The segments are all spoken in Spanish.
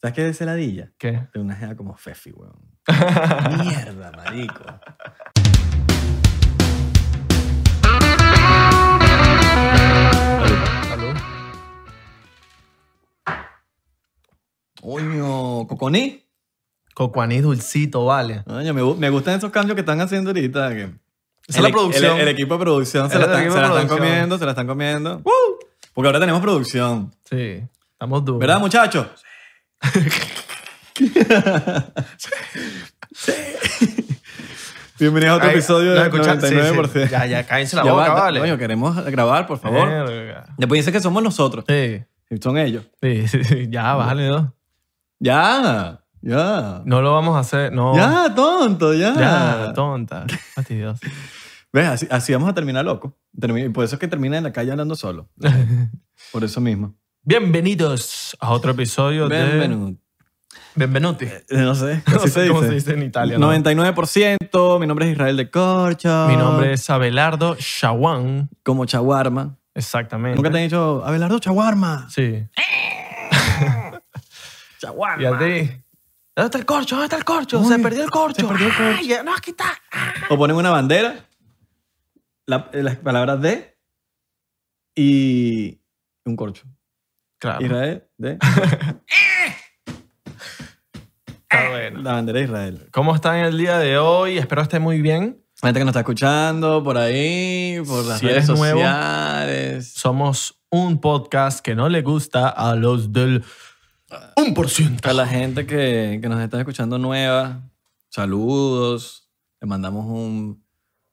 ¿Sabes qué es heladilla? ¿Qué? De una jeva como Fefi, weón. Mierda, marico. Salud. Coño, Coconí. Cocuaní dulcito, vale. Coño, me, gu- me gustan esos cambios que están haciendo ahorita. que Esa es la el- producción. El, el equipo de producción se Es la, el están, equipo se de la están producción. comiendo, se la están comiendo. Porque ahora tenemos producción. Sí, estamos duros. ¿Verdad, muchachos? Bienvenidos a otro Ay, episodio ¿lo de escuchaste? Sí, sí. 99%. Ya, ya, cállense la Ya boca, va, vale. Coño, queremos grabar, por favor. Verga. Después dicen que somos nosotros. Sí, Y son ellos. sí, sí, sí, ya, vale. No, Ya, ya. No lo vamos a hacer, no. Ya, tonto, ya. Ya, tonta. Fastidioso. ¿Ves? Así, así vamos a terminar loco. Termi- por eso es que termina en la calle hablando solo. Por eso mismo. Bienvenidos a otro episodio de... Benvenuti. Benvenuti. Eh, No sé, No así sé se cómo se dice. dice en Italia. ¿no? 99%. Mi nombre es Israel de Corcho. Mi nombre es Abelardo Shawan. Como Chaguarma. Exactamente. Nunca te han dicho, Abelardo Chaguarma. Sí. Chaguarma. ¿Y a ti? ¿Dónde está el corcho? ¿Dónde está el corcho? Uy, se perdió el corcho. se perdió el corcho. Ay, ya, no, aquí está. O ponen una bandera, la- eh, las palabras de y un corcho. Claro. Israel, de. Eh. Está bueno. La bandera de Israel. ¿Cómo están el día de hoy? Espero esté muy bien. Gente que nos está escuchando por ahí, por las Si redes eres nuevo. sociales. Somos un podcast que no le gusta a los del 1%. A la gente que, que nos está escuchando nueva, saludos. Le mandamos un,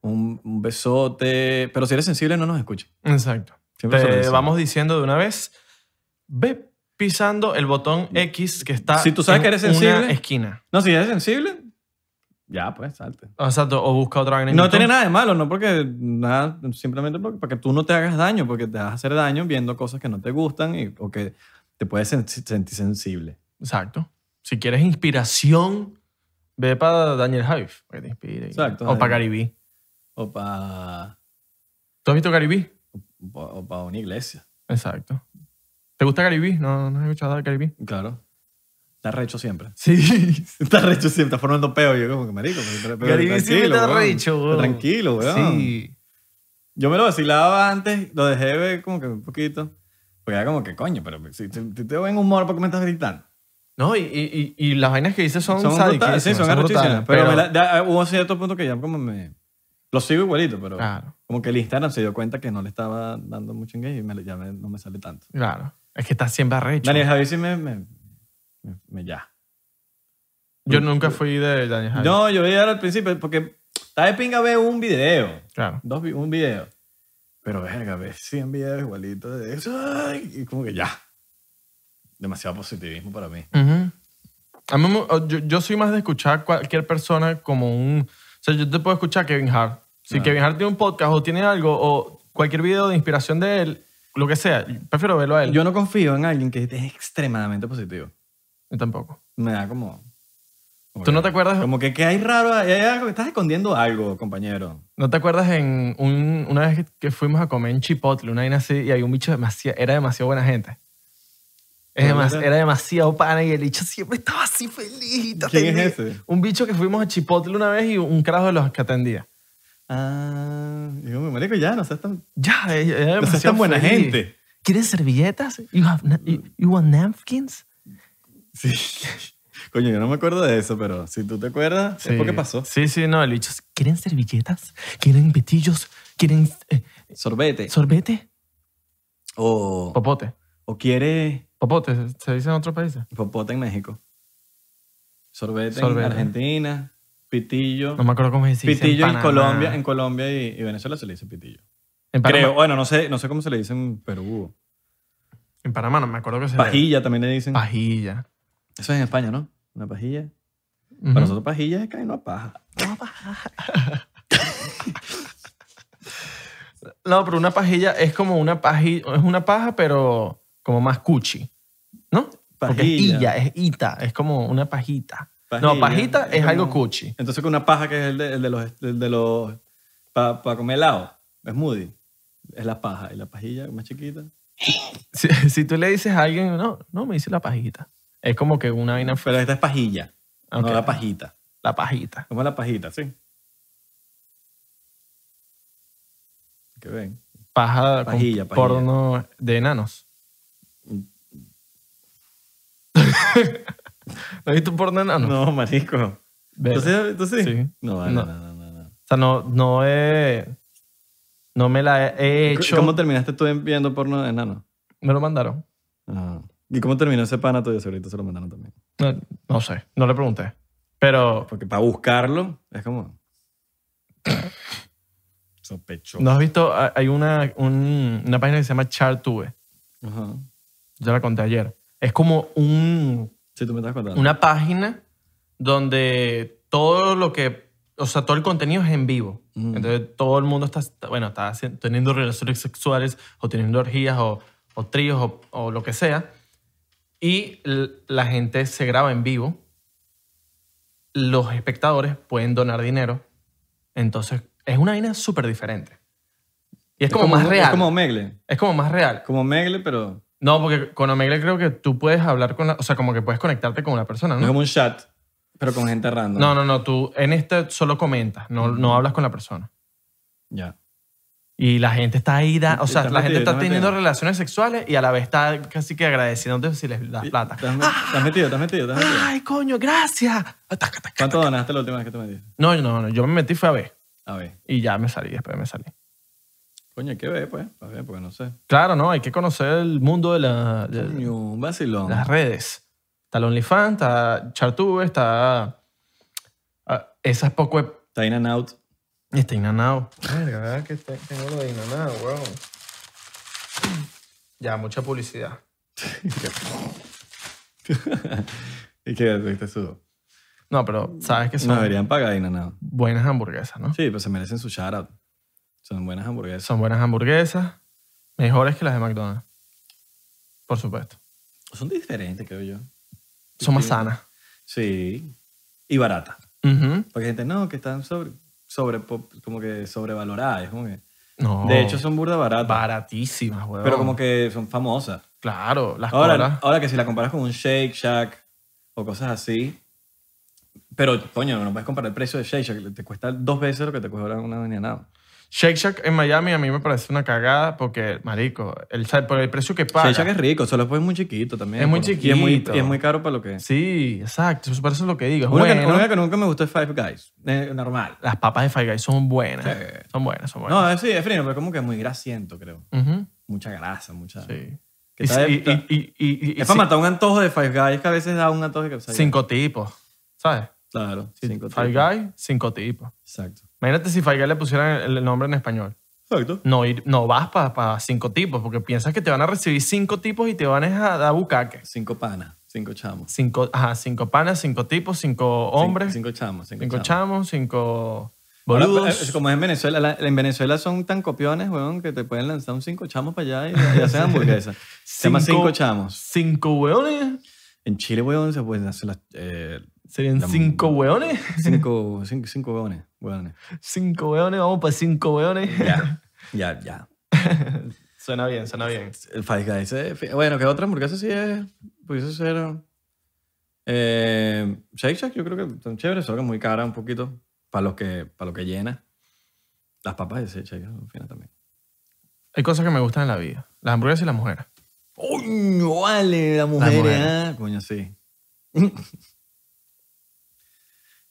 un, un besote. Pero si eres sensible, no nos escucha. Exacto. Siempre se lo Te decimos. vamos diciendo de una vez, ve pisando el botón X que está Si tú sabes en que eres una sensible. esquina. No, si eres sensible, ya pues, salte. Exacto, o busca otra vaina. en No YouTube. tiene nada de malo, no porque nada, simplemente porque, para que tú no te hagas daño, porque te vas a hacer daño viendo cosas que no te gustan y, o que te puedes sen- sentir sensible. Exacto. Si quieres inspiración, ve para Daniel Hive, para que te inspire. Exacto, O para Daniel. Caribí. O para ¿Tú has visto Caribí? o pa una iglesia, Exacto. ¿Te gusta Caribí? ¿No, no has escuchado de Caribí? claro. Está recho siempre. Sí. Está recho siempre, está formando peo. Yo como que marico. pero- pero Gary Busey tranquilo, está weón. recho, weón. Tranquilo, weón. Sí. Yo me lo vacilaba antes, lo dejé ver como que un poquito. Porque era como que, coño, pero si te, te veo en humor, ¿por qué me estás gritando? No, y, y, y- y las vainas que dice son, son brutales, sí, sadiquísimas, son brutales, arrechísimas. Pero, me la- da- hubo cierto punto que ya como me... Lo sigo igualito, pero Claro, como que el Instagram se dio cuenta que no le estaba dando mucho engage y me, le- ya me- no me sale tanto. claro. Es que está siempre arrecho. Daniel Javier sí me... me, me- me ya. Yo nunca fui de Daniel Javi. No, yo veía al principio porque está de pinga ver un video, Claro. dos, vi- un video. Pero verga, ver 100 videos igualitos de eso ay, y como que ya. Demasiado positivismo para mí. Ujú. A mí me- yo, yo soy más de escuchar cualquier persona como un... O sea, yo te puedo escuchar Kevin Hart. Si Claro. Kevin Hart tiene un podcast o tiene algo o cualquier video de inspiración de él, lo que sea, prefiero verlo a él. Yo, Yo no confío en alguien que es extremadamente positivo. tampoco. me da como... como que- ¿Tú no te acuerdas? Como que, que hay raro, hay algo, estás escondiendo algo, compañero. ¿No te acuerdas en un- una vez que fuimos a comer en Chipotle, una vaina así, y había un bicho demasiado, era demasiado buena gente? Es ¿Cuál demas- era? era demasiado pana y el bicho siempre estaba así feliz. te ¿Quién atendía. es ese? Un bicho que fuimos a Chipotle una vez y un carajo de los que atendía. Ah, digo, mi marico, ya, no seas tan... Ya, era demasiado No seas tan buena feliz. gente. ¿Quieres servilletas? You, have na- you, you want napkins? Sí. Coño, yo no me acuerdo de eso, pero si tú te acuerdas, es porque pasó. Sí, sí, no, el bicho. es, ¿Quieren servilletas? ¿Quieren petillos? ¿Quieren eh, Sorbete. sorbete? O, Popote. o quiere Popote, se- se dice en otros países. popote en México. Sorbete, Sorbete. en Argentina. Pitillo. No me acuerdo cómo se dice. pitillo en, Panamá. Colombia. En Colombia y, y Venezuela se le dice pitillo. En Panamá. Creo. Bueno, no sé, no sé cómo se le dice en Perú. En Panamá no me acuerdo que se le- Pajilla también le dicen. Pajilla. Eso es en España, ¿no? Una pajilla. Ujú. Para nosotros pajilla es que no a paja. No, pero una pajilla es como una pajilla, es una paja, pero como más cuchi. ¿No? Porque es Pajilla. illa, es ita, es como una pajita. Pajilla, no, pajita es es, algo como- cuchi. Entonces con una paja que es el de, el de los... el de los Para comer helado. Es moody. Es la paja. Y la pajilla más chiquita. Si, si tú le dices a alguien, no, no, me dice la pajita. Es como que una vaina fue Pero esta es pajilla. Ok. No la pajita. la pajita. ¿Cómo es la pajita? Sí. Qué bien. Paja con Pajilla, pajilla. porno de enanos. ¿No has visto porno de enanos? No, marisco. Verga. Entonces, ¿tú sí? Sí. No, vale, no, no, No. no, no. O sea, no, no he- No me la he hecho. ¿Cómo terminaste tú viendo porno de enano? Me lo mandaron. Ah. ¿Y cómo terminó ese pana tuyo? Ahorita se lo mandaron también. No, no sé, no le pregunté. Pero, Porque para buscarlo es como... Sospechoso. ¿no has visto? Ah, Hay una, un- una página que se llama Chartube. Ajá. Yo la conté ayer. Es como un, Sí, tú me estás contando. una página donde todo lo que... O sea, todo el contenido es en vivo. Mm. Entonces todo el mundo está, está- bueno, está haciendo- teniendo relaciones sexuales o teniendo orgías o, o tríos o, o lo que sea. Y l- la gente se graba en vivo. Los espectadores pueden donar dinero. Entonces es una vaina súper diferente. Y es, como, más real. Es como Megle. más real. Como Megle, pero... No, porque con Omegle creo que tú puedes hablar con la... O sea, como que puedes conectarte con una persona, Es ¿no? como un chat, pero con gente random. No, no, no. Tú en este solo comentas. No, no hablas con la persona. Ya. Y la gente está ahí, da- o sea, Estás la gente metido, está estás teniendo metido. relaciones sexuales y a la vez está casi que agradeciéndote si les das plata. ¿Estás, me- estás metido? ¿Estás metido? ¿Estás metido? ¡Ay, coño, gracias! Ataca, ataca. ¿Cuánto donaste la última vez que te metiste? No, no, no, yo me metí fue a ver A ver. y ya me salí, después me salí. Coño, hay que ver, pues. A ver, porque no sé. Claro, no, hay que conocer el mundo de, la- de- de Coño, un vacilón. las redes. Está el OnlyFans, está Chartube, está... ah, esas poco... de- Está in and out. y Está Inanao. Verga, ¿verdad que te- tengo lo de Inanao, weón? Ya, mucha publicidad. y que viste su... No, pero sabes que No son deberían pagar in and out. buenas hamburguesas, ¿no? Sí, pues se merecen su shout out. Son buenas hamburguesas. Son buenas hamburguesas, mejores que las de McDonald's. Por supuesto. Son diferentes, creo yo. Son más Sí. sanas. Sí. Y baratas. Ujú. Porque hay gente, no, que están sobre, sobre como que sobrevaloradas. es como que- No. De hecho, son burda baratas. baratísimas, weón. Pero como que son famosas. Claro, las Ahora, ah. colas. ahora que si la comparas con un Shake Shack o cosas así, pero coño, no puedes comparar el precio de Shake Shack, te cuesta dos veces lo que te cuesta ahora una banana. Shake Shack en Miami a mí me parece una cagada porque, marico, el, por el precio que paga. Shake Shack es rico, solo es muy chiquito también. Es muy por- Y es muy, chiquito. y es muy caro para lo que es. Sí, exacto. Por eso es lo que digo. es Una que, bueno. una que nunca me gustó es Five Guys, eh, normal. Las papas de Five Guys son buenas. Sí. Son buenas, son buenas. No, eh, sí, es frío, pero como que es muy grasiento, creo. Ujú, Mucha grasa, mucha... Sí. Que Y, está de- si- y- y- y- y- y Es para si- matar un antojo de Five Guys, que a veces da un antojo de capsaic. cinco tipos, ¿sabes? Claro, cinco. Five tipos. Guys, cinco tipos. Exacto. Imagínate si Five Guys le pusieran el, el nombre en español. Exacto. No, ir- no vas para cinco tipos, porque piensas que te van a recibir cinco tipos y te van es a dar bucaques. Cinco panas, cinco chamos. Cinco, ajá, cinco panas, cinco tipos, cinco hombres, cinco, Cinco chamos, cinco, chamos. chamos, cinco Ahora, boludos. eh, como es en Venezuela, la- en Venezuela son tan copiones, weón, que te pueden lanzar un cinco chamos para allá y, y hacen hamburguesas. Se llama Cinco- cinco chamos. cinco hueones. En Chile, weón, se pueden hacer las, eh, Serían La- cinco hueones. cinco, cinco, cinco weones, weones. Cinco hueones, vamos para cinco hueones. Ya, ya, ya. suena bien, suena bien. El Five Guys, eh, fi- bueno, que otra hamburguesa sí es, pudiese ser eh, Shake Shack, yo creo que son chéveres, solo que muy cara un poquito para lo que, para lo que llena. Las papas de Shake Shack, al final también. Hay cosas que me gustan en la vida. Las hamburguesas y las mujeres. Coño, vale, la mujer, mujeres. ¿ah? Coño, sí.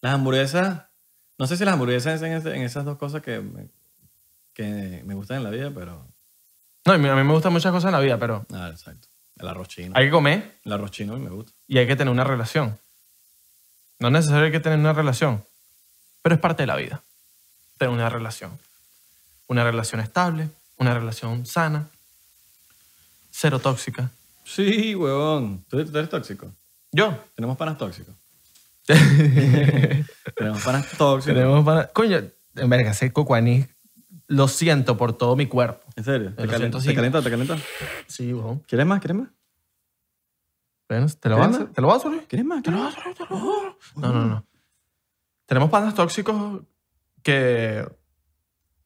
las hamburguesas, no sé si las hamburguesas en, ese- en esas dos cosas que me, que me gustan en la vida, pero... No, y a mí me gustan muchas cosas en la vida, pero Ah, exacto. El arroz chino. hay que comer El arroz chino me gusta. y hay que tener una relación. No es necesario que tener una relación, pero es parte de la vida. Tener una relación. Una relación estable, una relación sana, cero tóxica. Sí, huevón. ¿Tú, tú eres tóxico. Yo. Tenemos panas tóxicos. Tenemos panas tóxicos. Tenemos para... Coño, en verga, ser cocuaní, lo siento por todo mi cuerpo. ¿En serio? ¿Te, Lo calen- siento, te sí. calienta? ¿Te calienta? Sí, weón. ¿Quieres más? ¿Quieres más? Bueno, ¿te lo vas a, ¿Crema? ¿te lo vas a subir? ¿Quieres más? Te ¿Quieres lo vas más? a subir, te lo vas a subir. No, no, no. Tenemos panas tóxicos que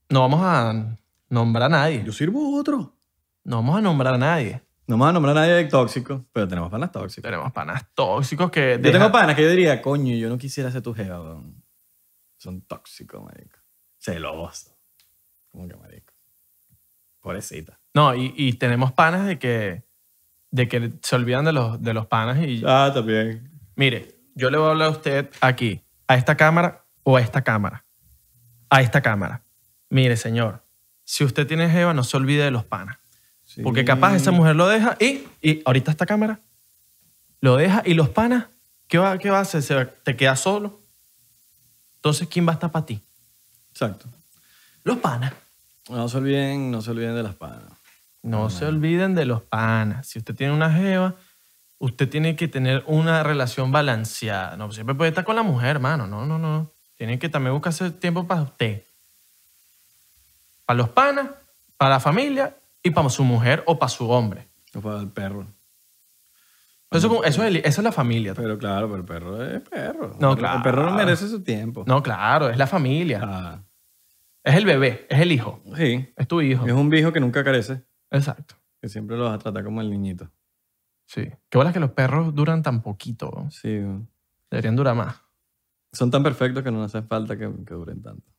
no vamos a nombrar a nadie. Yo sirvo otro. No vamos a nombrar a nadie. No me va a nombrar a nadie de tóxico, pero tenemos panas tóxicos. Tenemos panas tóxicos que... Yo dejan- tengo panas que yo diría, coño, yo no quisiera ser tu jeva, weón. Son tóxicos, marico. Celosos. ¿Cómo que, marico? Pobrecita. No, y, y tenemos panas de que, de que se olvidan de los, de los panas y... Ah, también. Mire, yo le voy a hablar a usted aquí, a esta cámara o a esta cámara. A esta cámara. Mire, señor, si usted tiene jeva, no se olvide de los panas. Sí. Porque capaz esa mujer lo deja y, y ahorita esta cámara lo deja y los panas, ¿qué va, qué va a hacer? ¿Se va- ¿Te quedas solo? Entonces, ¿quién va a estar para ti? Exacto. Los panas. No se olviden, no se olviden de las panas. No se olviden de los panas. Si usted tiene una jeva, usted tiene que tener una relación balanceada. No siempre puede estar con la mujer, hermano. No, no, no. Tiene que también buscarse tiempo para usted. Para los panas, para la familia y para su mujer o para su hombre. No para el perro. Eso, como- eso, es, el- eso es la familia. Pero claro, pero el perro es perro. No, El- claro. El perro no merece su tiempo. No, claro, es la familia. Ah, Es el bebé, es el hijo. sí. Es tu hijo. Es un viejo que nunca carece, Exacto. que siempre lo vas a tratar como el niñito. Sí. Qué bolas que los perros duran tan poquito. ¿no? Sí. weón. Deberían durar más. Son tan perfectos que no hacen falta que, que duren tanto.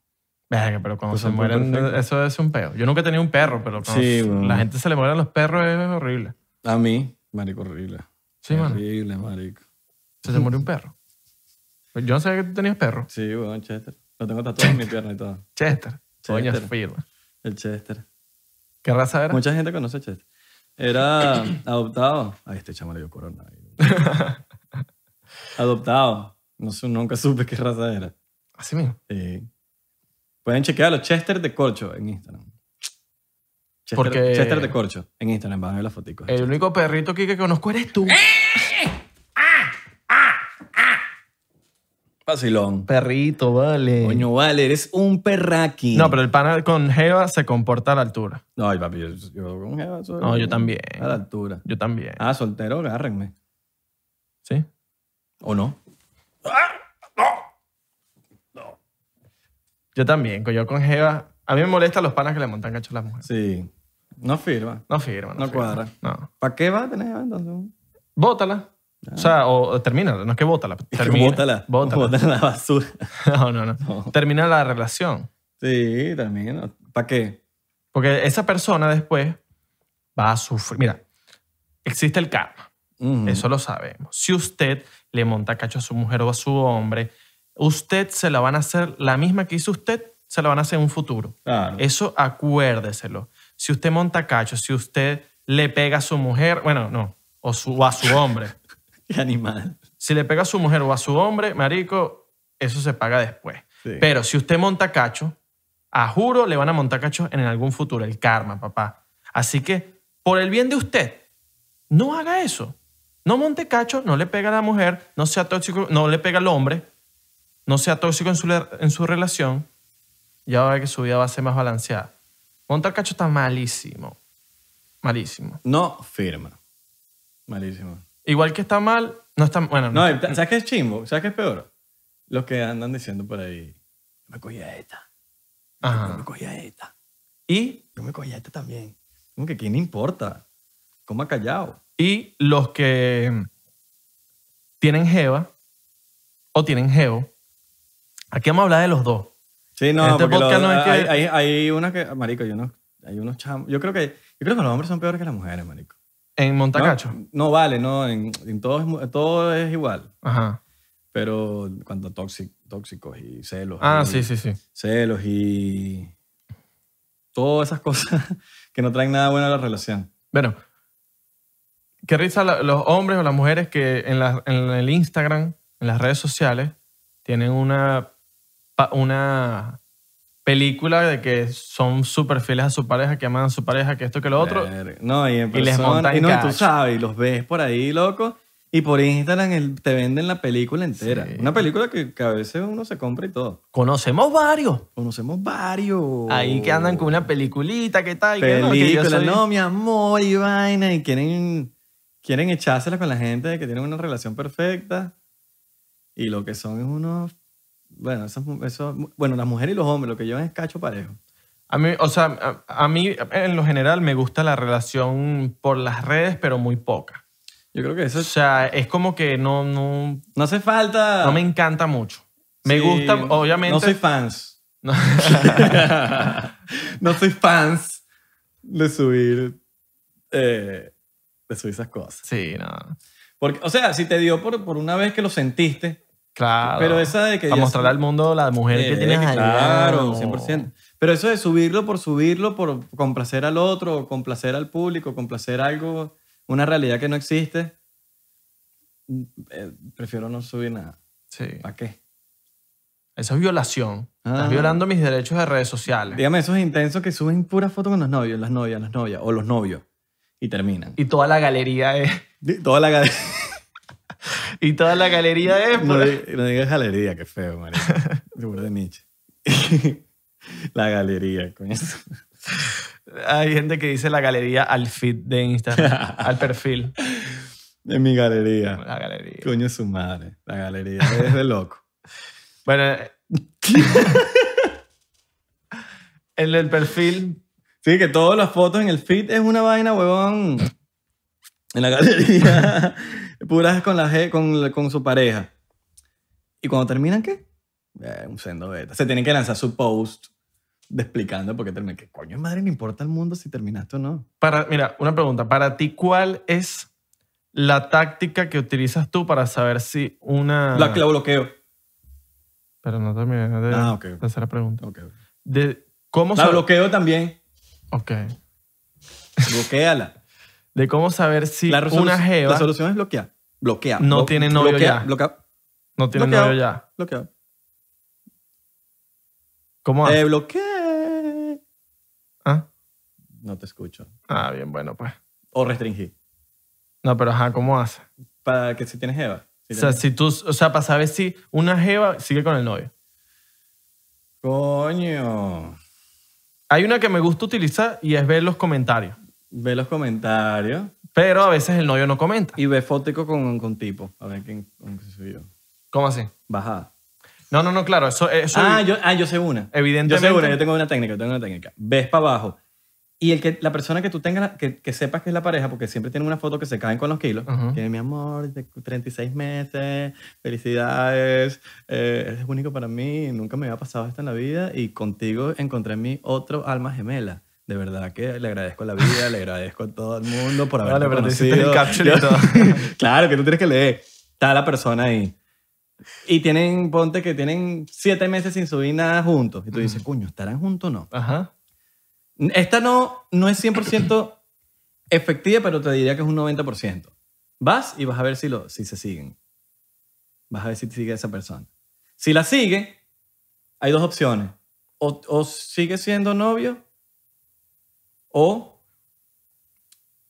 Verga, pero cuando Pues se son muy mueren, perfectos. eso es un peo. Yo nunca he tenido un perro, pero cuando Sí, s- bueno. la gente se le mueren los perros es horrible. A mí, marico, horrible. Sí, mano. Horrible, marico. Se te murió un perro. Pues Yo no sabía que tú tenías perro. Sí, weón, Chester. Lo tengo tatuado en mi pierna y todo. Chester. Coño, Chester. firma. El Chester. ¿Qué raza era? Mucha gente conoce a Chester. Era adoptado. Ay, este chamo le dio corona. adoptado. No sé, nunca supe qué raza era. Así mismo. Sí. Pueden chequear los Chester de Corcho en Instagram. Chester, Porque- Chester de Corcho en Instagram. Van a ver las fotos. El único perrito aquí que conozco eres tú. Eh. Vacilón. Perrito, vale. Coño, vale, eres un perraqui. No, pero el pana con Jeva se comporta a la altura. No, ay, papi, yo, yo con jeva soy- No, yo también. A la altura. Yo también. Ah, soltero, agárrenme. ¿Sí? ¿O no? Yo también. Yo con Jeva. A mí me molestan los panas que le montan cacho a las mujeres. Sí. No firma. No firma. No, No firma. cuadra. No. ¿Para qué va a tener jeva entonces? Bótala. O sea, o, o termínala. No Ah. es que bótala. Termina. Bótala. Bótala. Bótala a la basura. No, no, no. No. Termina la relación. Sí, también. ¿Para qué? Porque esa persona después va a sufrir. Mira, existe el karma. Ujú. Eso lo sabemos. Si usted le monta cacho a su mujer o a su hombre, usted se la van a hacer la misma que hizo usted, se la van a hacer en un futuro. Claro. Eso acuérdeselo. Si usted monta cacho, si usted le pega a su mujer, bueno, no, o, su, o a su hombre. Qué animal. Si le pega a su mujer o a su hombre, marico, eso se paga después. Sí. Pero si usted monta cacho, a juro le van a montar cacho en algún futuro, el karma, papá. Así que, por el bien de usted, no haga eso. No monte cacho, no le pega a la mujer, no sea tóxico, no le pega al hombre, no sea tóxico en su, le- en su relación. Ya va a ver que su vida va a ser más balanceada. Montar cacho está malísimo. Malísimo. No firma. Malísimo. Igual que está mal, no está... Bueno, No, y ta- ¿sabes qué es chimbo? ¿Sabes qué es peor? Los que andan diciendo por ahí, yo me cogí a esta, yo Ajá. me cogí a esta, Y yo me cogí a esta también. Como que, ¿quién importa? ¿Cómo ha callado? Y los que tienen jeva o tienen jevo. Aquí vamos a hablar de los dos. Sí, no, En este porque podcast lo- no es que- hay, hay, hay unas que, marico, hay unos, hay unos chamos. Yo creo, que, yo creo que los hombres son peores que las mujeres, marico. En No, Montacacho. no vale, no, en, en todo, es, mu- todo es igual. Ajá. Pero cuando tóxi- tóxicos y celos. Ah, y- sí, sí, sí. Celos y todas esas cosas que no traen nada bueno a la relación. Bueno. Qué risa la- los hombres o las mujeres que en, la- en el Instagram, en las redes sociales, tienen una, pa- una película de que son súper fieles a su pareja, que aman a su pareja, que esto, que lo otro. Verga. No, y en Y les persona- montan y no, y tú cacho. sabes, y los ves por ahí, loco. Y por Instagram el- te venden la película entera. Sí. Una película que, que a veces uno se compra y todo. Conocemos varios. Conocemos varios. Ahí que andan con una peliculita, que tal? que no, que yo Oh. película. No, soy- mi amor, y vaina. Y quieren, quieren echársela con la gente de que tienen una relación perfecta. Y lo que son es unos... Bueno, esas mu- eso, bueno, las mujeres y los hombres lo que llevan es cacho parejo. A mí, o sea, a, a mí en lo general me gusta la relación por las redes, pero muy poca. Yo creo que eso O sea, es como que no, no, No hace falta. no me encanta mucho. Me Ah. Sí, gusta, obviamente. No soy fans. no soy fans de subir. eh, de subir esas cosas. sí, no. Porque, o sea, si te dio por, por una vez que lo sentiste, Claro. pero esa de que. Para ya- mostrarle al mundo la mujer Eh, que tienes ahí. Claro, no. 100%. Pero eso de subirlo por subirlo, por complacer al otro, o complacer al público, complacer algo, una realidad que no existe, eh, prefiero no subir nada. Sí. ¿Para qué? Eso es violación. Ah. Estás violando mis derechos de redes sociales. Dígame, esos intensos que suben puras fotos con los novios, las novias, las novias, o los novios, y terminan. Y toda la galería es. Di- Toda la galería. Y toda la galería es. No, di- no digas galería, qué feo, marico. Seguro de Nietzsche. la galería, coño. Hay gente que dice la galería al feed de Instagram, al perfil. En mi galería. La galería. Coño su madre, la galería es de loco. Bueno, eh, el del perfil. Sí, que todas las fotos en el feed es una vaina, huevón. En la galería, puras con, la, je- con, la- con su pareja. ¿Y cuando terminan qué? Eh, un sendo beta. Se tienen que lanzar su post de explicando por qué terminan. ¿Qué coño de madre le importa al mundo si terminaste o no? Para, mira, una pregunta. Para ti, ¿cuál es la táctica que utilizas tú para saber si una. La que la bloqueo. Pero no terminé de Ah, ok. de hacer la pregunta. ok. De, ¿Cómo La sab- bloqueo también. Ok. Bloquéala. De cómo saber si la, resolu- una la jeva solución es bloquear. Bloquea. No Blo- tiene novio bloquea, ya. Bloquea. no tiene bloqueado. novio ya. Bloquea. ¿Cómo haces? Eh, bloqueé. ¿Ah? No te escucho. Ah, bien, bueno, pues. O restringí. No, pero ajá, ¿cómo haces? Para que si tienes Eva. O sea, si tú, o sea, para saber si una jeva sigue con el novio. Coño. Hay una que me gusta utilizar y es ver los comentarios. Ve los comentarios Pero a veces el novio no comenta. y ve fótico con, con tipo. A ver quién, con quién soy yo. ¿Cómo así? Bajada. No, no, no, claro. Eso, eso Ah yo, ah, yo sé una. Yo evidentemente. sé una, yo tengo una técnica, yo tengo una técnica. Ves para abajo. Y el que, la persona que tú tengas, que, que sepas que es la pareja, porque siempre tienen una foto que se caen con los kilos. Ajá. Tiene mi amor, de 36 meses, felicidades, eh, eres único para mí, nunca me había pasado esto en la vida y contigo encontré mi otro alma gemela. De verdad que le agradezco a la vida, le agradezco a todo el mundo por haberme Vale, pero te hiciste conocido. el caption y Yo- todo. claro, que tú tienes que leer. Está la persona ahí. Y tienen, ponte que tienen siete meses sin subir nada juntos. Y tú dices, coño, ¿estarán juntos o no? Ajá. Esta no, no es 100% efectiva, pero te diría que es un 90%. Vas y vas a ver si, lo, si se siguen. Vas a ver si te sigue esa persona. Si la sigue, hay dos opciones. O, o sigue siendo novio o,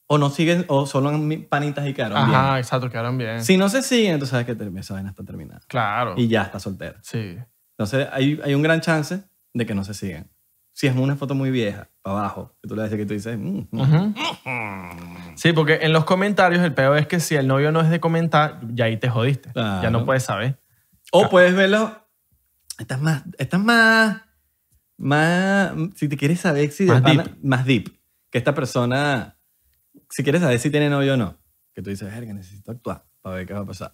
o no siguen, o solo en mi- panitas y quedaron bien. Ajá, exacto, quedaron bien. Si no se siguen, entonces sabes que term- esa vaina está terminada. Claro. Y ya está soltera. Sí. Entonces hay, hay un gran chance de que no se sigan. Si es una foto muy vieja, para abajo, que tú le dices que tú dices, "Mm, mm". Ujú. Sí, porque en los comentarios el peor es que si el novio no es de comentar, ya ahí te jodiste. Claro. Ya no puedes saber. o puedes verlo. Estás más, estás más, más, si te quieres saber si de Más pana- deep. más deep, que esta persona, si quieres saber si tiene novio o no, que tú dices, verga, necesito actuar para ver qué va a pasar.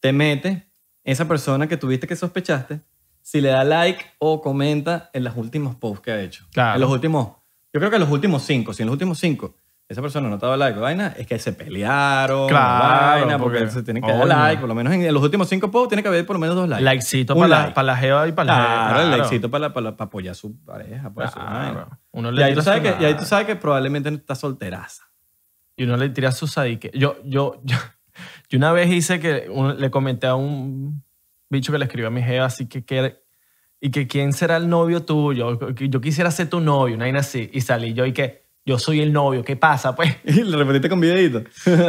Te metes, esa persona que tuviste que sospechaste, si le da like o comenta en los últimos posts que ha hecho. Claro. En los últimos, yo creo que en los últimos cinco, si en los últimos cinco esa persona no te daba like, vaina, es que se pelearon, Claro, vaina, porque, porque- se tienen que Coño. dar like, por lo menos en, en los últimos cinco posts tiene que haber por lo menos dos likes. Likecito Un para la, like. pa' la jeva y para la Claro, el likecito para, la- para, la- para apoyar a su pareja. para su vaina. Uno y, le ahí tú tira sabes su que, y ahí tú like. sabes que probablemente no está solteraza. Y uno le tira sus sadiques. Yo, yo, yo, yo una vez hice que uno- le comenté a un bicho que le escribió a mi jefa, así que, que- y que quién será el novio tuyo. que Yo quisiera ser tu novio, una vaina así. Y salí yo y que yo soy el novio, ¿qué pasa? Pues Y le repetiste con videito.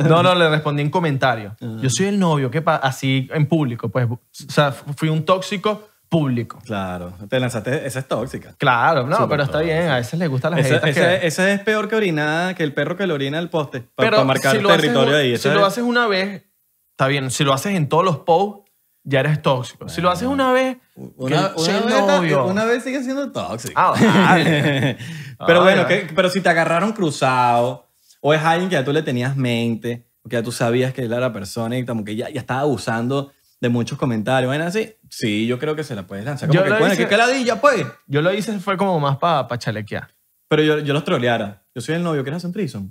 no, no, le respondí en comentario. Ah. Yo soy el novio, ¿qué pasa? Así en público, pues. O sea, fui un tóxico público. claro, te lanzaste, esa es tóxica. Claro, no, Súper pero está tóxico. bien, a veces les gusta a las Esa, jetas esa- que- esa es peor que orinar, que el perro que le orina al poste. Para, Pero marcar si lo haces territorio un- ahí. Si Esa lo es- haces una vez, está bien. Si lo haces en todos los posts, ya eres tóxico. Si lo haces una vez, Una, que una, el vez, novio. una vez sigue siendo tóxico. Ah, vale. pero Ah, bueno, ya. que- pero si te agarraron cruzado, o es alguien que ya tú le tenías mente, o que ya tú sabías que él era la persona y como que ya, ya estaba abusando de muchos comentarios, bueno, así, sí, yo creo que se la puedes lanzar. Como Yo que, lo bueno, hice- que, que ladilla, pues. Yo lo hice fue como más para chalequear. Pero yo, yo los troleara. Yo soy el novio, ¿quieres hacer un threesome?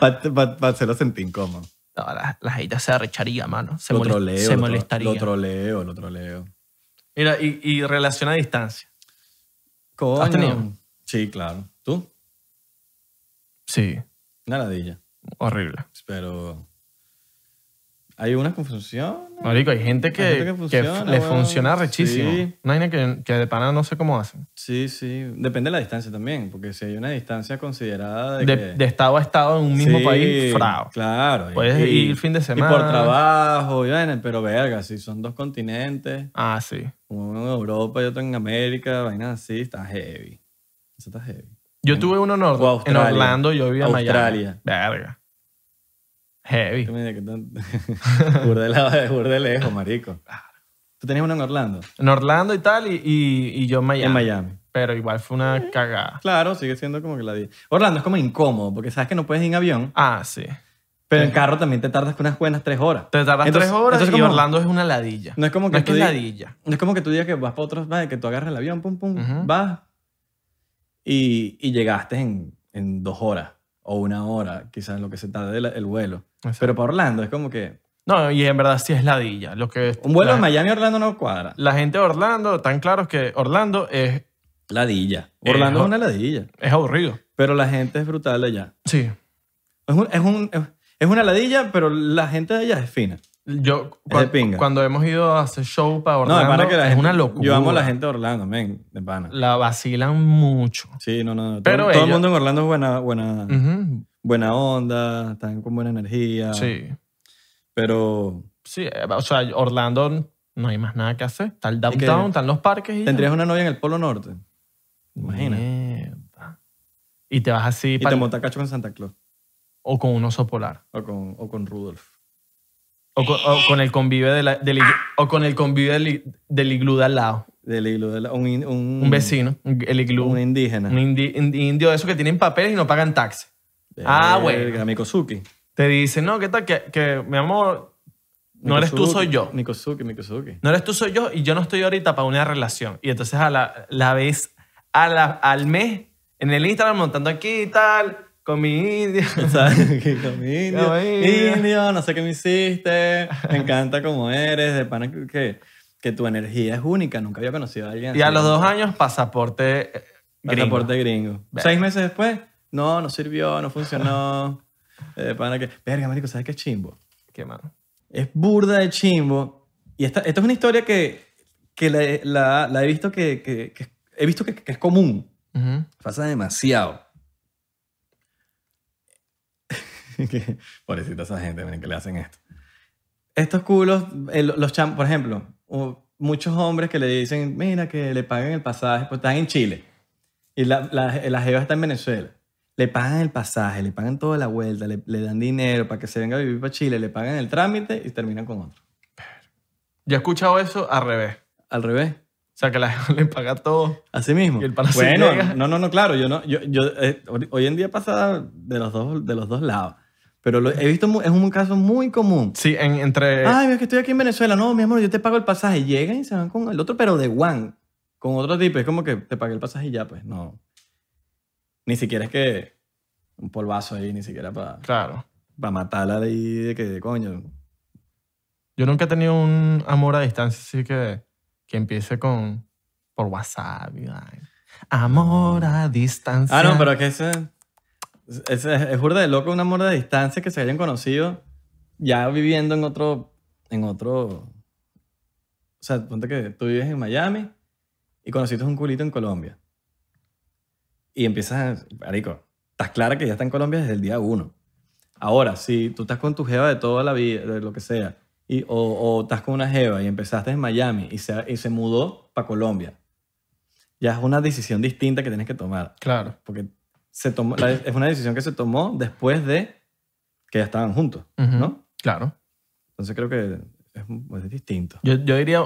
Para pa, pa hacerlo sentir incómodo. No, la, la gente se arrecharía, mano. Se, lo molest- troleo. se lo tro- molestaría. Lo troleo, lo troleo. Mira, y, y relación a distancia. Coño. tenido? Sí, claro. ¿Tú? Sí, Una ladilla. horrible. Pero... ¿Hay una confusión? Marico, hay gente que, Hay gente que que funciona, f- le weón. funciona rechísimo. Sí. Una vaina que, que de pana no sé cómo hacen. Sí, sí. Depende de la distancia también, porque si hay una distancia considerada de, De, que- de estado a estado en un mismo Sí, país, frao. Claro. y- Puedes y- ir fin de Y por semana. trabajo, y vaina, pero verga, si son dos continentes, Ah, sí. uno en Europa y otro en América, vainas así, está heavy. Eso está heavy. Yo tuve un honor O en Australia. Orlando, yo vivía en Miami. Australia. Verga. Heavy. Burde, burde lejos, marico. Tú tenías uno en Orlando, En Orlando y tal, y, y- y yo en Miami. en Miami. Pero igual fue una cagada. Claro, sigue siendo como que la di- Orlando es como incómodo, porque sabes que no puedes ir en avión, Ah, sí. pero en carro también te tardas unas buenas tres horas. Te tardas Entonces- tres horas entonces y como- Orlando es una ladilla. No es como que No es tú que es digas- ladilla. No es como que tú digas que vas para otros lados, que tú agarras el avión, pum, pum, Ujú. vas y, y llegaste en, en dos horas o una hora, quizás lo que se tarde el, el vuelo. Exacto. Pero para Orlando es como que No, y en verdad sí es ladilla. Lo que un vuelo la, de Miami a Orlando no cuadra. la gente de Orlando, tan claro que Orlando es, Ladilla. Orlando Eh, es una ladilla, es aburrido. pero la gente es brutal allá. Sí. Es, un- es, un- es una ladilla, pero la gente de allá es fina. Yo, Es cua- de pinga. cuando hemos ido a hacer show para Orlando, de pana que la es gente- una locura. Yo amo a la gente de Orlando, men, de pana. La vacilan mucho. Sí, no, no, no. Pero todo, todo el ellos- mundo en Orlando es buena, buena, Ujú. buena onda, están con buena energía. Sí. Pero Sí, eh, o sea, Orlando no hay más nada que hacer. Está el que- downtown, están los parques y ya. tendrías una novia en el Polo Norte Imagina. Mierda. Y te vas así y te pa'l- montas cacho con Santa Claus o con un oso polar. o con, o con Rudolf. O con, o con el convive de la- del, ig- o con el convive del, ig- del iglú de al lado. Del iglú de la- un, in- un, Un vecino, un- el iglú. Un Un, indígena. indi- ind- indio de esos que tienen papeles y no pagan taxi. Ah, Verga, bueno. Mikosuki. Te dicen, no, ¿qué tal? Que, que mi amor, no eres tú, Mikosuki, soy yo. Mikosuki, Mikosuki. No eres tú, soy yo y yo no estoy ahorita para una relación. Y entonces a la, la vez, a la, al mes, en el Instagram montando aquí y tal, con mi indio. ¿Sabes? Que como indio, Caballo. indio, no sé qué me hiciste, me encanta cómo eres, de pana que- que, que tu energía es única, nunca había conocido a alguien Y a así. los dos años, pasaporte eh, gringo. Pasaporte gringo. Verga. Seis meses después, no, no sirvió, no funcionó. De pana que, verga, marico, ¿sabes qué chimbo? Qué mano. Es burda de chimbo. Y esta, esta es una historia que, que la, la- la he visto que, que- que- he visto que, que es común. Ujú. Pasa demasiado. Que- Pobrecita esa gente, miren que le hacen esto. Estos culos, eh, lo- los cham, por ejemplo, u- muchos hombres que le dicen, mira, que le paguen el pasaje, pues están en Chile. Y la, la, la jeva está en Venezuela. Le pagan el pasaje, le pagan toda la vuelta, le, le dan dinero para que se venga a vivir para Chile, le pagan el trámite y terminan con otro. Yo he escuchado eso al revés. Al revés. O sea, que la gente le paga todo. Así mismo. Y el pana se bueno, niega. no, no, no, claro, yo no, yo, yo, eh, hoy- hoy en día pasa de los dos, de los dos lados, pero lo, he visto, mu- es un caso muy común. Sí, en- entre... Ay, es que estoy aquí en Venezuela, no, mi amor, yo te pago el pasaje, llegan y se van con el otro, pero de one, con otro tipo, es como que te pagué el pasaje y ya, pues, no. Ni siquiera es que un polvazo ahí, ni siquiera para Claro. matarla de ahí, de que coño. Yo nunca he tenido un amor a distancia, así que que empiece con por WhatsApp. y vaina. Amor a distancia. Ah, no, pero es que ese, ese es, es burda de loco un amor de distancia que se hayan conocido ya viviendo en otro, en otro, o sea, ponte que tú vives en Miami y conociste un culito en Colombia y empiezas, marico, estás clara que ya está en Colombia desde el día uno. Ahora, si tú estás con tu jeva de toda la vida, de lo que sea, y, o, o estás con una jeva y empezaste en Miami y se, y se mudó para Colombia, ya es una decisión distinta que tienes que tomar Claro. porque se tomó, la- es una decisión que se tomó después de que ya estaban juntos, Ujú. ¿no? Claro. Entonces creo que es es, es distinto. Yo, yo diría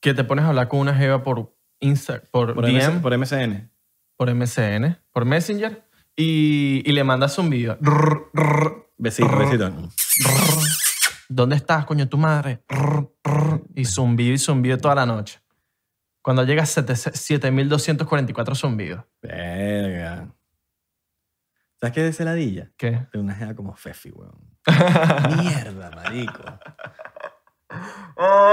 que te pones a hablar con una jeva por Insta, por, Por, DM, MS por MSN. por MSN, por Messenger, y, y le mandas un video. Rrr, rrr, Besito, besito. rrr. ¿Dónde estás, coño, tu madre? Rrr, rrr. Y zumbido y zumbido toda la noche. Cuando llegas a 7- 7.244 zumbidos. Verga. ¿Sabes qué es celadilla? ¿Qué? De una jeva como Fefi, weón. Mierda, marico. Oh.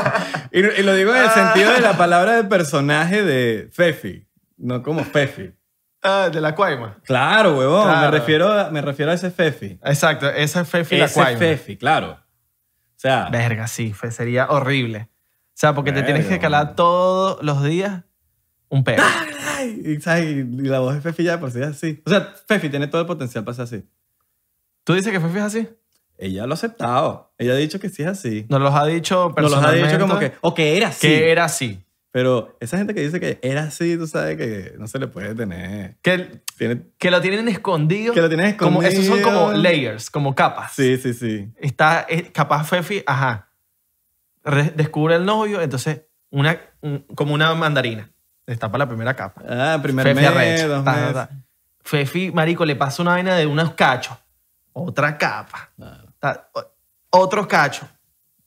y, y lo digo en el sentido de Ah. la palabra de personaje de Fefi, no como Fefi. Ah, de la cuaima. Claro, huevón. Claro. Me, refiero a, me refiero a ese Fefi. Exacto, esa fue la Ese cuaima. Fefi, claro. O sea, Verga, sí, fue- sería horrible. O sea, porque te Verga, tienes que calar mano. todos los días un pedo. ay, y, ¿sabes? y la voz de Fefi ya de por sí es así. O sea, Fefi tiene todo el potencial para ser así. ¿Tú dices que Fefi es así? Ella lo ha aceptado. Ella ha dicho que sí es así. Nos los ha dicho Nos los ha personalmente. dicho como que, o que era así. que era así. Pero esa gente que dice que era así, tú sabes que no se le puede tener. Que, Tiene, que lo tienen escondido. que lo tienes escondido. Como, esos son como layers, como capas. Sí, sí, sí. Está eh, capaz Fefi, ajá. Re- descubre el novio, entonces una, un- como una mandarina. Destapa la primera capa. Ah, primer Fefi mes, arrecha. dos Ta, ta, meses. ta. Fefi, marico, le pasa una vaina de unos cachos. Otra capa. Claro. ta- o- Otros cachos.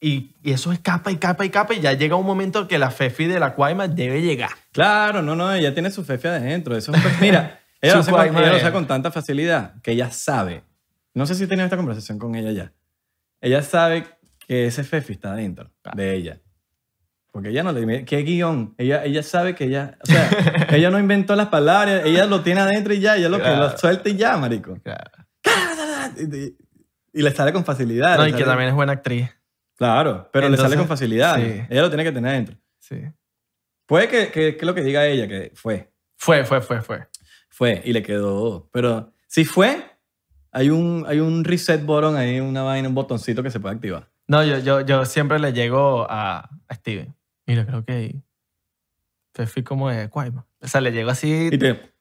Y, y eso es capa y capa y capa. Y ya llega un momento que la Fefi de la Cuaima debe llegar. Claro, no, no, ella tiene su fefi adentro. Eso es un pe- mira, ella, Su lo hace con, cuaima ella lo es. hace con tanta facilidad que ella sabe. No sé si he tenido esta conversación con ella ya. Ella sabe que ese fefi está adentro de ella. Porque ella no le... ¿Qué guión? Ella, ella sabe que ella... O sea, ella no inventó las palabras. Ella lo tiene adentro y ya. Ella lo, que Claro. Ah, lo suelta y ya, marico. Y, y- y le sale con facilidad. No, le y que sale- también es buena actriz. Claro, pero le sale Entonces, con facilidad. sí. Ella lo tiene que tener adentro. Sí. Puede que, que, que lo que diga ella, que fue. Fue, fue, fue, fue. Fue y le quedó. Pero si fue, hay un, hay un reset button ahí, una vaina, un botoncito que se puede activar. No, yo, yo, yo siempre le llego a, a Steven. Mira, creo que Fefi como de Cuaima. O sea, le llego así. Y te,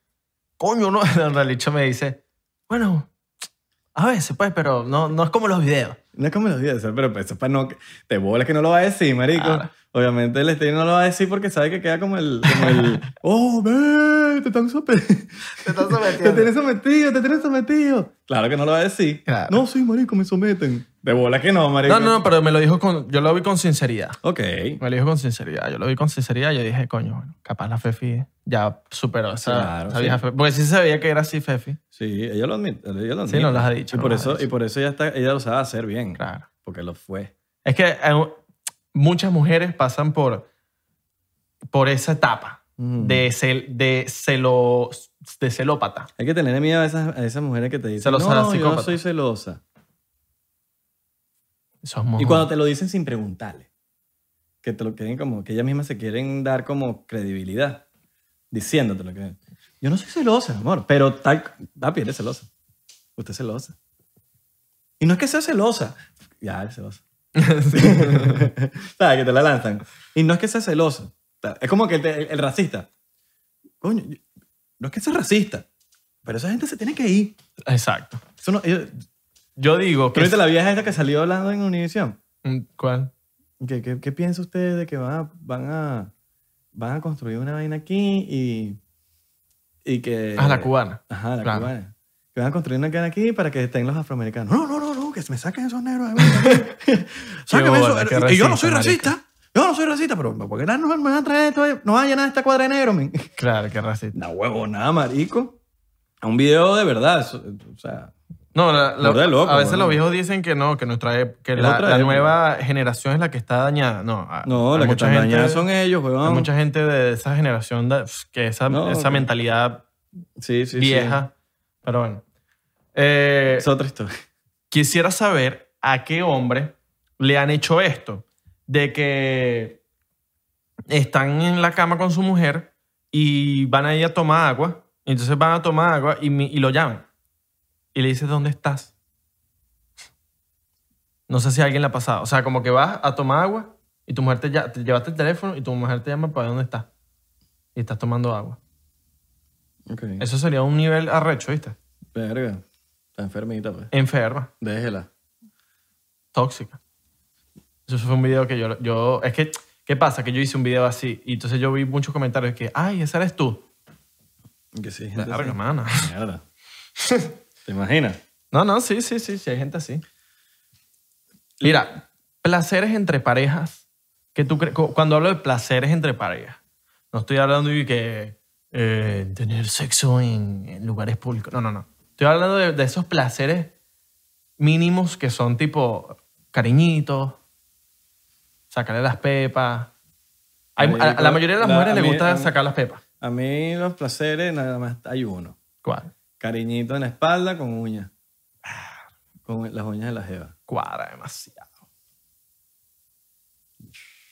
Coño, no. En realidad me dice, bueno, a veces pues, pero no, no es como los videos. no es como los días, pero pues, eso es para no. Te bolas que no lo va a decir, marico. Claro. Obviamente el Steven no lo va a decir porque sabe que queda como el. Como el oh, ve, te están sometiendo. Te estás Te tienen sometido, te tienen sometido. Claro que no lo va a decir. Claro. No, sí, marico, me someten. De bola que no, marico. No, no, no, pero me lo dijo con, yo lo vi con sinceridad. Ok. Me lo dijo con sinceridad. Yo lo vi con sinceridad y yo dije, coño, bueno, capaz la Fefi ya superó esa, Claro, esa sí. vieja Fefi. Porque sí sabía que era así Fefi. Sí, ella lo admite. Ella lo Sí, admite. nos las ha dicho, Y por, nos las ha eso, dicho. y por eso ella, está, ella lo sabe hacer bien. Claro. Porque lo fue. Es que eh, muchas mujeres pasan por, por esa etapa Mm. de, cel- de, celo- de celópata. Hay que tener miedo a esas, a esas mujeres que te dicen, no, Celosa, yo psicópata". no soy celosa. Eso es muy- Y cuando te lo dicen sin preguntarle, que te lo queden como, que ellas mismas se quieren dar como credibilidad, diciéndote lo que... Yo no soy celosa, amor, pero tal, papi, eres celosa. Usted es celosa. Y no es que sea celosa. Ya, eres celosa. ¿Sabes? Que te la lanzan. Y no es que sea celoso. Es como que el, el- el racista. Coño, yo- no es que sea racista. Pero esa gente se tiene que ir. Exacto. Eso no, ellos- Yo digo ¿Tú que... viste la vieja esta que salió hablando en Univisión? Mm, ¿Cuál? ¿Qué, qué, qué piensa usted de que van a, van, a, van a construir una vaina aquí y, y que... Ah, la cubana. Ajá, la Claro. cubana. Que van a construir una vaina aquí para que estén los afroamericanos. No, no, no, no, que me saquen esos negros. de aquí. Sáquenme bola, esos- qué y- Y yo no soy racista, racista. Yo no soy racista, pero ¿por qué no nos van a traer esto? No van a llenar esta cuadra de negro, men. Claro, qué racista. No, huevo, nada, marico. A un video de verdad. eso- o sea, No, la- la- Burda de loco, a veces weón. los viejos dicen que no, que, nuestra, ep- que Es la, otra la época. nueva generación es la que está dañada. No, a- no, Ah, hay la que mucha están gente- dañadas son ellos, Hay huevón. mucha gente de esa generación da- pf, que esa, No, esa ok. mentalidad Sí, sí, sí. vieja. Pero bueno. Eh, Es otra historia. quisiera saber a qué hombre le han hecho esto. De que están en la cama con su mujer y van a ir a tomar agua. Entonces van a tomar agua y, mi- y lo llaman. Y le dices, ¿dónde estás? No sé si a alguien le ha pasado. O sea, como que vas a tomar agua y tu mujer te, ll- te llevaste el teléfono y tu mujer te llama para ver dónde estás. Y estás tomando agua. Ok. Eso sería un nivel arrecho, ¿viste? Verga. Está enfermita, pues. Enferma, Déjela. tóxica. Eso fue un video que yo, yo... Es que, ¿qué pasa? Que yo hice un video así y entonces yo vi muchos comentarios que, ay, esa eres tú. Que sí, gente Larga, así. mana. Mierda. ¿Te imaginas? No, no, sí, sí, sí, sí, hay gente así. Mira, placeres entre parejas. Que tú cre- cu- Cuando hablo de placeres entre parejas, no estoy hablando de que eh, tener sexo en, en lugares públicos. No, no, no. Estoy hablando de, de esos placeres mínimos que son tipo cariñitos, sacarle las pepas. Hay- a, a la mayoría de las La- mujeres a les mí- gusta a mí- sacar las pepas. A mí los placeres nada más hay uno. ¿Cuál? Cariñito en la espalda con uñas. Con las uñas de la jeva. Cuadra demasiado.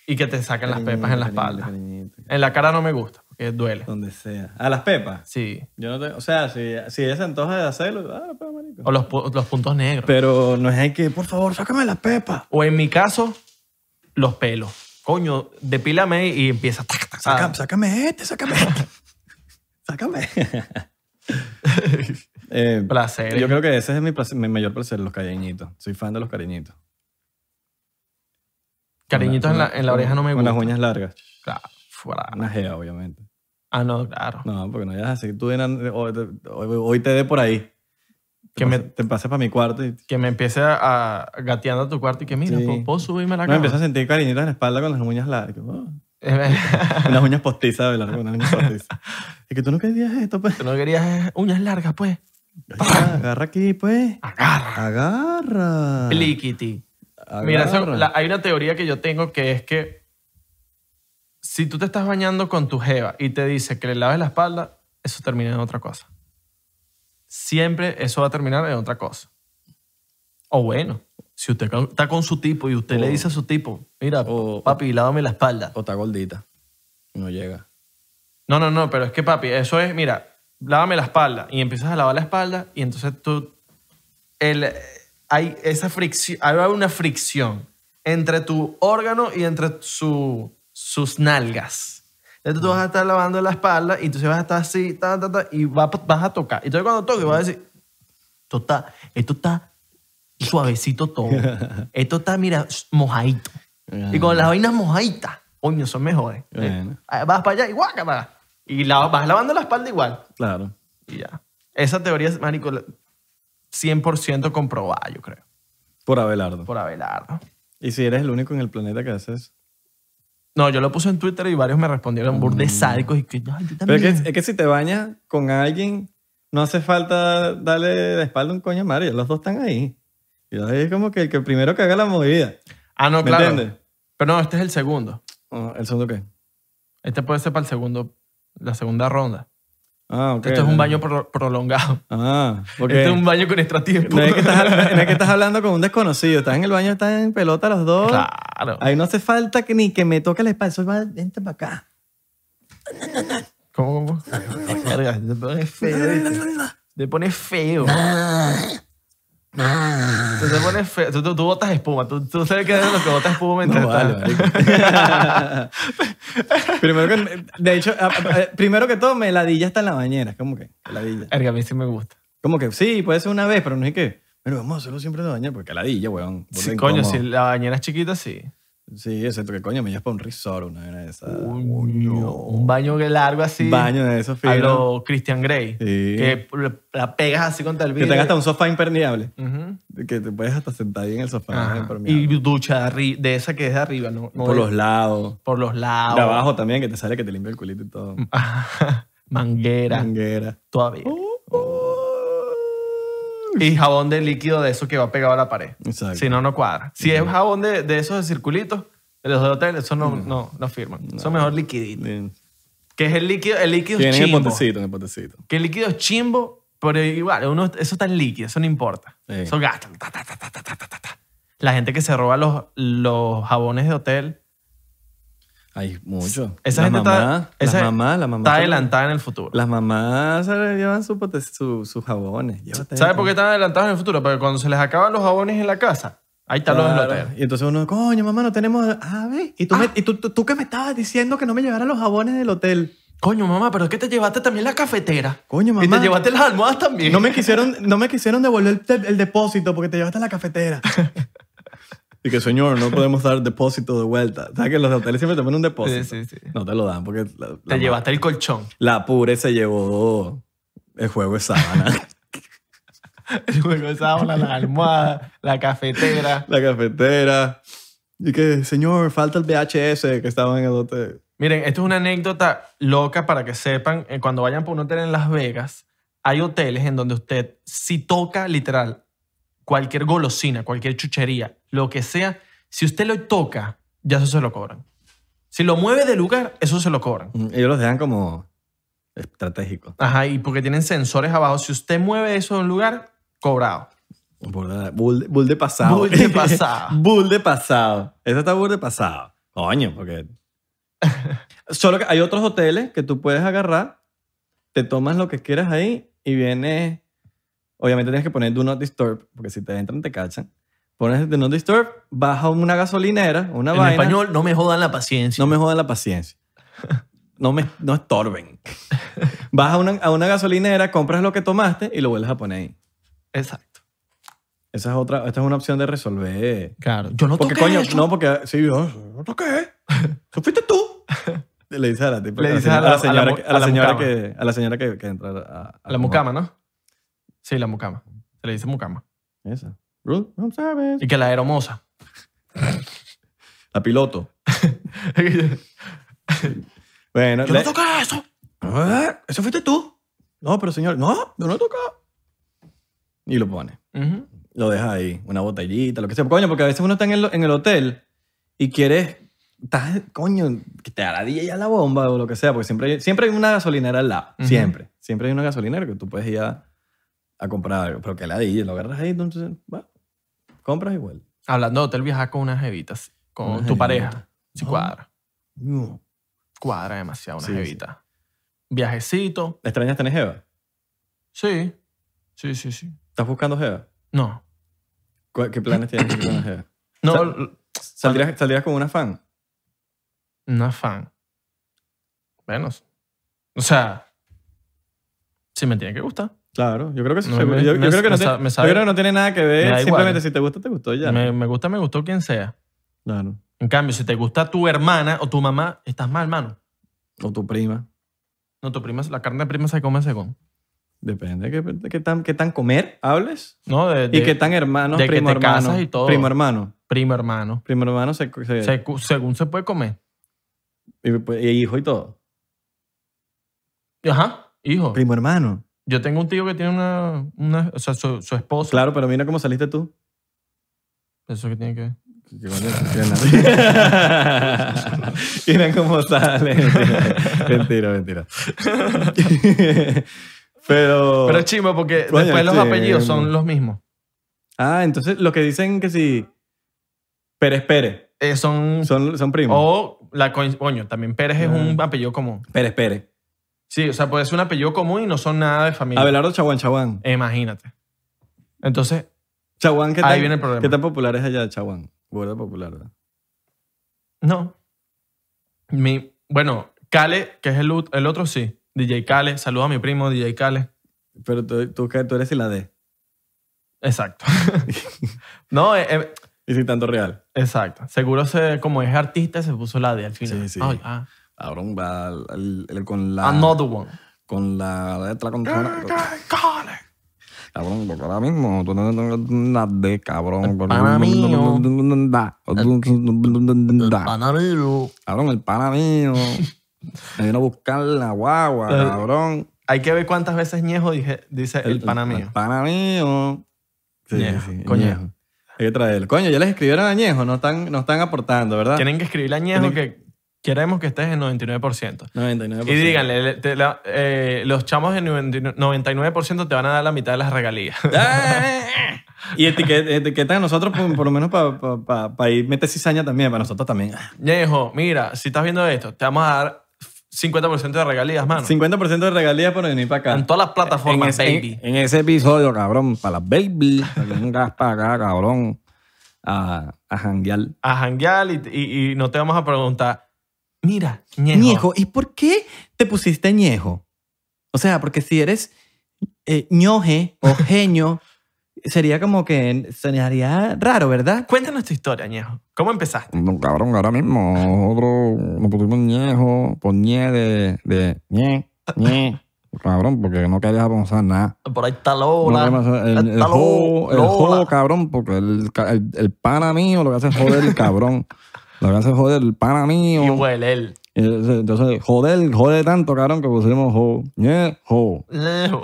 Y que te saquen las pepas en la Cariñito, espalda. cariñito, cariñito. En la cara no me gusta, porque duele. Donde sea. A las pepas. Sí. Yo no te- o sea, si, si ella se antoja de hacerlo, ah, pues, marico. O los, pu- los puntos negros. Pero no es el que, por favor, sácame las pepas. O en mi caso, los pelos. Coño, depílame y empieza. tac, tac, Saca- tac. Sácame este, sácame este. sácame. Eh, Placer. yo creo que ese es mi, placer- mi mayor placer, los cariñitos. Soy fan de los cariñitos. Cariñitos en la, en la oreja no me Con las gusta. uñas largas. Claro, fuera. Una jeva, obviamente. Ah, no, claro. No, porque no ya así. Tú de na- hoy, hoy- hoy te dé por ahí. Que Te, me- pase- te pases para mi cuarto y Que me empiece a, a gateando a tu cuarto y que mira, Sí. ¿puedo, puedo subirme a la no, cama? empiezas a sentir cariñitos en la espalda con las uñas largas. Oh, unas uñas postizas, ¿verdad? Con unas uñas postizas. Es que tú no querías esto, pues. Tú no querías uñas largas, pues. Agarra, agarra aquí, pues. Agarra. Agarra. Pliquiti. Agarra. Mira, eso- la- hay una teoría que yo tengo que es que si tú te estás bañando con tu jeva y te dice que le laves la espalda, eso termina en otra cosa. Siempre eso va a terminar en otra cosa. O bueno, si usted con- está con su tipo y usted le O- dice a su tipo, mira, o- papi, lávame la espalda. O está gordita. No llega. No, no, no, pero es que papi, eso es, mira, lávame la espalda y empiezas a lavar la espalda y entonces tú, el, hay esa fricción, hay una fricción entre tu órgano y entre su, sus nalgas. Entonces tú vas a estar lavando la espalda y entonces vas a estar así, ta, ta, ta, y va- vas a tocar. Entonces cuando toques vas a decir, esto está, esto está suavecito todo. Esto está, mira, mojadito. Y con las vainas mojaditas, coño, son mejores. Ah. Bueno. Ah, Vas para allá y guácala. Y la, vas lavando la espalda igual. Claro. Y ya. Esa teoría es, marico, la- 100% comprobada, yo creo, Por Abelardo. por Abelardo. Y si eres el único en el planeta que hace eso. No, yo lo puse en Twitter y varios me respondieron burde sádicos y que, "Ay, yo Mm. Pero es también". que, es que si te bañas con alguien, no hace falta darle la espalda a un coño a Mario. Los dos están ahí. Y ahí es como que el que primero que haga la movida. Ah, no, ¿Me claro. entiendes? Pero no, este es el segundo. Ah, ¿El segundo qué? Este puede ser para el segundo, la segunda ronda. Ah, ok. Esto es un baño pro- prolongado. Ah, porque Este es un baño con extra tiempo. no, es que estás, no es que estás hablando con un desconocido. Estás en el baño, estás en pelota los dos. Claro. Ahí no hace falta que ni que me toque la espalda. Soy más, vente para acá. ¿Cómo, cómo? Verga, Te pones feo. ¿viste? Te pones feo. Ah, Tú te pones feo. Tú, tú, tú botas espuma. Tú, tú sabes que eres lo que botas espuma mientras No estás- vale, marico. primero que, de hecho, a- a- a- primero que todo, me ladilla está en la bañera. Es como que, ladilla. Verga, a mí sí me gusta. Como que sí, puede ser una vez, pero no es que. Pero vamos a hacerlo siempre en la bañera, porque ladilla, weón. Sí, Burda coño, si incómodo. la bañera es chiquita, sí. Sí, excepto que coño, me llevas para un resort una vez de esas. Uh, Un baño largo así. Baño de esos A finos. lo Christian Grey. Sí. Que la- la pegas así contra el Que vidrio. tengas hasta un sofá impermeable. Ujú. Que te puedes hasta sentar ahí en el sofá Ajá. impermeable. Y ducha de, arri- de esa que Ah, es de arriba, ¿no? no por de- los lados. por los lados. De abajo también, que te sale que te limpia el culito y todo. Ajá. Manguera. Manguera. Todavía. Y jabón de líquido de eso que va pegado a la pared. Exacto. Si no, no cuadra. Si es jabón de, de esos de circulitos, de los de hotel, eso no, no, no firman. Eso mejor liquidito. Bien. Que es el líquido, el líquido Tienen el chimbo. potecito, en el potecito. Que el líquido es chimbo, pero igual, uno, eso está en líquido, eso no importa. Sí. Eso gasta. Ta, ta, ta, ta, ta, ta, ta, ta. La gente que se roba los, los jabones de hotel, Hay mucho. esa Las gente mamás, está, esa- las mamás, las mamás está son- adelantada en el futuro. Las mamás ¿sabes? llevan su pote- su- sus jabones. Llévate ¿Sabes esto. por qué están adelantados en el futuro? Porque cuando se les acaban los jabones en la casa, ahí están los del Claro. hotel. Y entonces uno, coño, mamá, no tenemos. Ah, ve. Y tú, me- y tú, tú, tú que me estabas diciendo que no me llevara los jabones del hotel. Coño, mamá, pero es que te llevaste también la cafetera. Coño, Y te mamá. llevaste las almohadas también. No me quisieron, no me quisieron devolver el, el depósito porque te llevaste la cafetera. Y que, señor, no podemos dar depósito de vuelta. ¿Sabes que los hoteles siempre te ponen un depósito? Sí, sí, sí. No te lo dan porque la, la Te llevaste el colchón. La pure se llevó el juego de sábana. El juego de sábana, la almohada, la cafetera. la cafetera. Y que, señor, falta el VHS que estaba en el hotel. Miren, esto es una anécdota loca para que sepan. eh, Cuando vayan por un hotel en Las Vegas, hay hoteles en donde usted, si toca literal cualquier golosina, cualquier chuchería, lo que sea, si usted lo toca, ya eso se lo cobran. Si lo mueve de lugar, eso se lo cobran. Mm, Ellos los dejan como estratégico. Ajá, y porque tienen sensores abajo. Si usted mueve eso de un lugar, cobrado. Burda- Bull, de- bull de pasado. Bull de pasado. bull de pasado. Eso está bull de pasado. Coño, porque... Solo que hay otros hoteles que tú puedes agarrar, te tomas lo que quieras ahí y viene... Obviamente tienes que poner Do Not Disturb, porque si te entran te cachan. Pones Do Not Disturb, vas a una gasolinera, una en vaina. español, no me jodan la paciencia. No me jodan la paciencia. No me no estorben. Vas a una, a una gasolinera, compras lo que tomaste y lo vuelves a poner ahí. Exacto. Esa es otra, esta es una opción de resolver. Claro. Yo no Porque toqué coño, eso. no, porque sí, yo no toqué. Eso fuiste tú. Le dices a la tipa- Le a la dices señora- a la- a la señora a la que- mu- a la señora que a la mucama. a la señora que, que entra a, a- La mucama, ¿no? Sí, la mucama. Se le dice mucama. Esa. Room- room service. Y que la aeromosa. La piloto. Bueno, le- toqué eso. "Ah, eso fuiste tú. No, pero señor, no, yo no toqué. Y lo pone. lo dejas ahí, una botellita, lo que sea. Coño, porque a veces uno está en el, en el hotel y quieres, estás, coño, que te hará ya la bomba o lo que sea, porque siempre hay, siempre hay una gasolinera al lado, Ujú. siempre. Siempre hay una gasolinera que tú puedes ir a, a comprar algo, pero que la dilla, lo agarras ahí, entonces, va, compras igual. Hablando de hotel, viajar con unas jevitas, con Unas tu jevitas. pareja. Sí, Ah. cuadra. No. Cuadra demasiado una Sí, sí. jevita. Viajecito. ¿Extrañas tener jeva? Sí. Sí, sí, sí. ¿Estás buscando jeva? No. ¿Cuál- ¿Qué planes tienes con una jeva? No, Sal- l- ¿Saldrías, saldrías con una fan? no es fan. Menos. O sea, si me tiene que gustar. Claro, yo creo que, eso No, seguro- me- yo, yo me- creo que me no sa- tiene- me yo sabe- creo que no tiene nada que ver. da igual. Simplemente si te gusta, te gustó ya. Me, me gusta, me gustó quien sea. Claro. En cambio, si te gusta tu hermana o tu mamá, estás mal, mano. O tu prima. No, tu prima, la carne de prima se come según. Depende de qué, de qué tan, qué tan comer hables ¿No? De, y de qué tan hermanos, de que primo te hermano. casas y todo. Primo hermano. primo hermano. Primo hermano se, se- Se cu- según se puede comer. y, pues, y hijo y todo. Ajá, hijo. Primo hermano. Yo tengo un tío que tiene una. una o sea, su, su esposo. Claro, pero mira cómo saliste tú. Eso que tiene que ver. Que coño, mira. Mira cómo sale. Mentira, mentira. mentira. pero. Pero es chimo porque Coño, este, mm. después los chimo. apellidos son los mismos. Ah, entonces lo que dicen que si. Pérez Pérez. Eh, son. Son, Ah. son primos. o la coin- coño, también Pérez es un apellido común. Pérez Pérez. Sí, o sea, puede ser un apellido común y no son nada de familia. Abelardo Chaguán Chaguán. Imagínate. Entonces, Chaguán, ¿qué Ahí tan, viene el problema. ¿qué tan popular es allá Chaguán? Burda popular, ¿verdad? no. Mi, bueno, Kale, que es el, ut- el otro, sí. DJ Kale, saludo a mi primo, DJ Kale. Pero tú, tú, ¿qué? tú eres y la D. Exacto. no, eh, eh, Y sin tanto real. Exacto. Seguro se, como es artista, se puso la D al final. Sí, sí. Ay, ah, Ahora un va al- al- el- con la... Another one. Con la letra con... Ah, con- Cabrón, porque ahora mismo tú no tienes una D, cabrón. pana mío. Da. Da. Panamero. Cabrón, el pana mío. Me vino a buscar la guagua, Eh, cabrón. Hay que ver cuántas veces Ñejo dije, dice el, El panameo. pana mío. Sí, Ñejo, sí, coño. Ñejo. Hay que traerlo. Coño, ya les escribieron a Ñejo, no están, no están aportando, ¿verdad? Ah. Tienen que escribirle a Ñejo Tienen que queremos que estés en 99%. 99%. Y díganle, le- te la- eh, los chamos en 99% te van a dar la mitad de las regalías. ¡Ah! y etiquet- etiquetan a nosotros por, por lo menos para ir meter cizaña también, para nosotros también. Ah, Ñejo, mira, si estás viendo esto, te vamos a dar 50% de regalías, mano. 50% de regalías por venir para acá. En todas las plataformas, en, baby. en ese episodio, cabrón, para las baby, para que vengas para acá, cabrón, a, a janguear. a janguear y, y- y no te vamos a preguntar, mira, Ñejo. ¿y por qué te pusiste ñejo? O sea, porque si eres ñoje o eh, genio, sería como que sería raro, ¿verdad? Cuéntanos tu historia, Ñejo. ¿Cómo empezaste? No, cabrón, ahora mismo nosotros nos pusimos ñejo, por ñe de, de ñe, ñe. Cabrón, porque no querías avanzar nada. Por ahí está No Lola. querías avanzar. el, el Está lo- jo, el jo, Lola. cabrón, porque el, ca- el, el pana mío lo que hace es joder el cabrón. Lo que hace es joder el pana mío. Y huele él. Y Entonces, entonces, joder, jode tanto, cabrón, que pusimos jo, ñe, jo. Ñejo.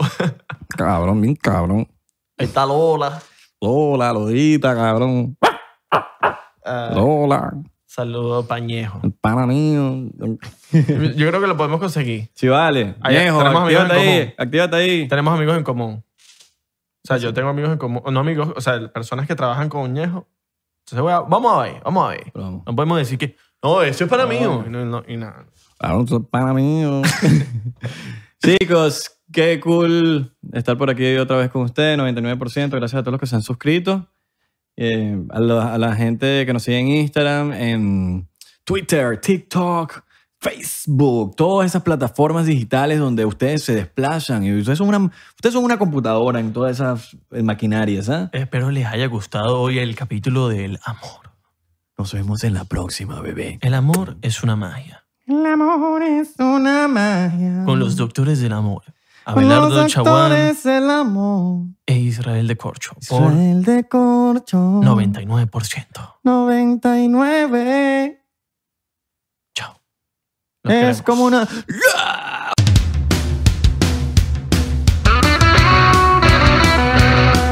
Cabrón, bien cabrón. Ahí está Lola. Lola, Lodita, cabrón. Ah, Lola, Saludos, pañejo. el pana mío. Yo creo que lo podemos conseguir. Sí, vale. Ahí Ñejo, tenemos amigos actívate en ahí. común. Actívate ahí. Tenemos amigos en común. O sea, yo tengo amigos en común. No amigos, o sea, personas que trabajan con Ñejo. Entonces, voy a- vamos a ver, vamos a ver. Pero vamos. No podemos decir que, no, eso es para No. mí. no, Y, no- no- y nada. Cabrón, eso es pana mío. Chicos, qué cool estar por aquí otra vez con ustedes, 99%. Gracias a todos los que se han suscrito. Eh, a, la, a la gente que nos sigue en Instagram, en Twitter, TikTok, Facebook, todas esas plataformas digitales donde ustedes se desplazan. Y ustedes son una, ustedes son una computadora en todas esas eh, maquinarias. ¿ah? Espero les haya gustado hoy el capítulo del amor. Nos vemos en la próxima, bebé. El amor es una magia. El amor es una magia. Con los doctores del amor. Abelardo Chaguán el amor. e Israel de Corcho. Por de corcho. 99%. 99. Chao. Los queremos. una...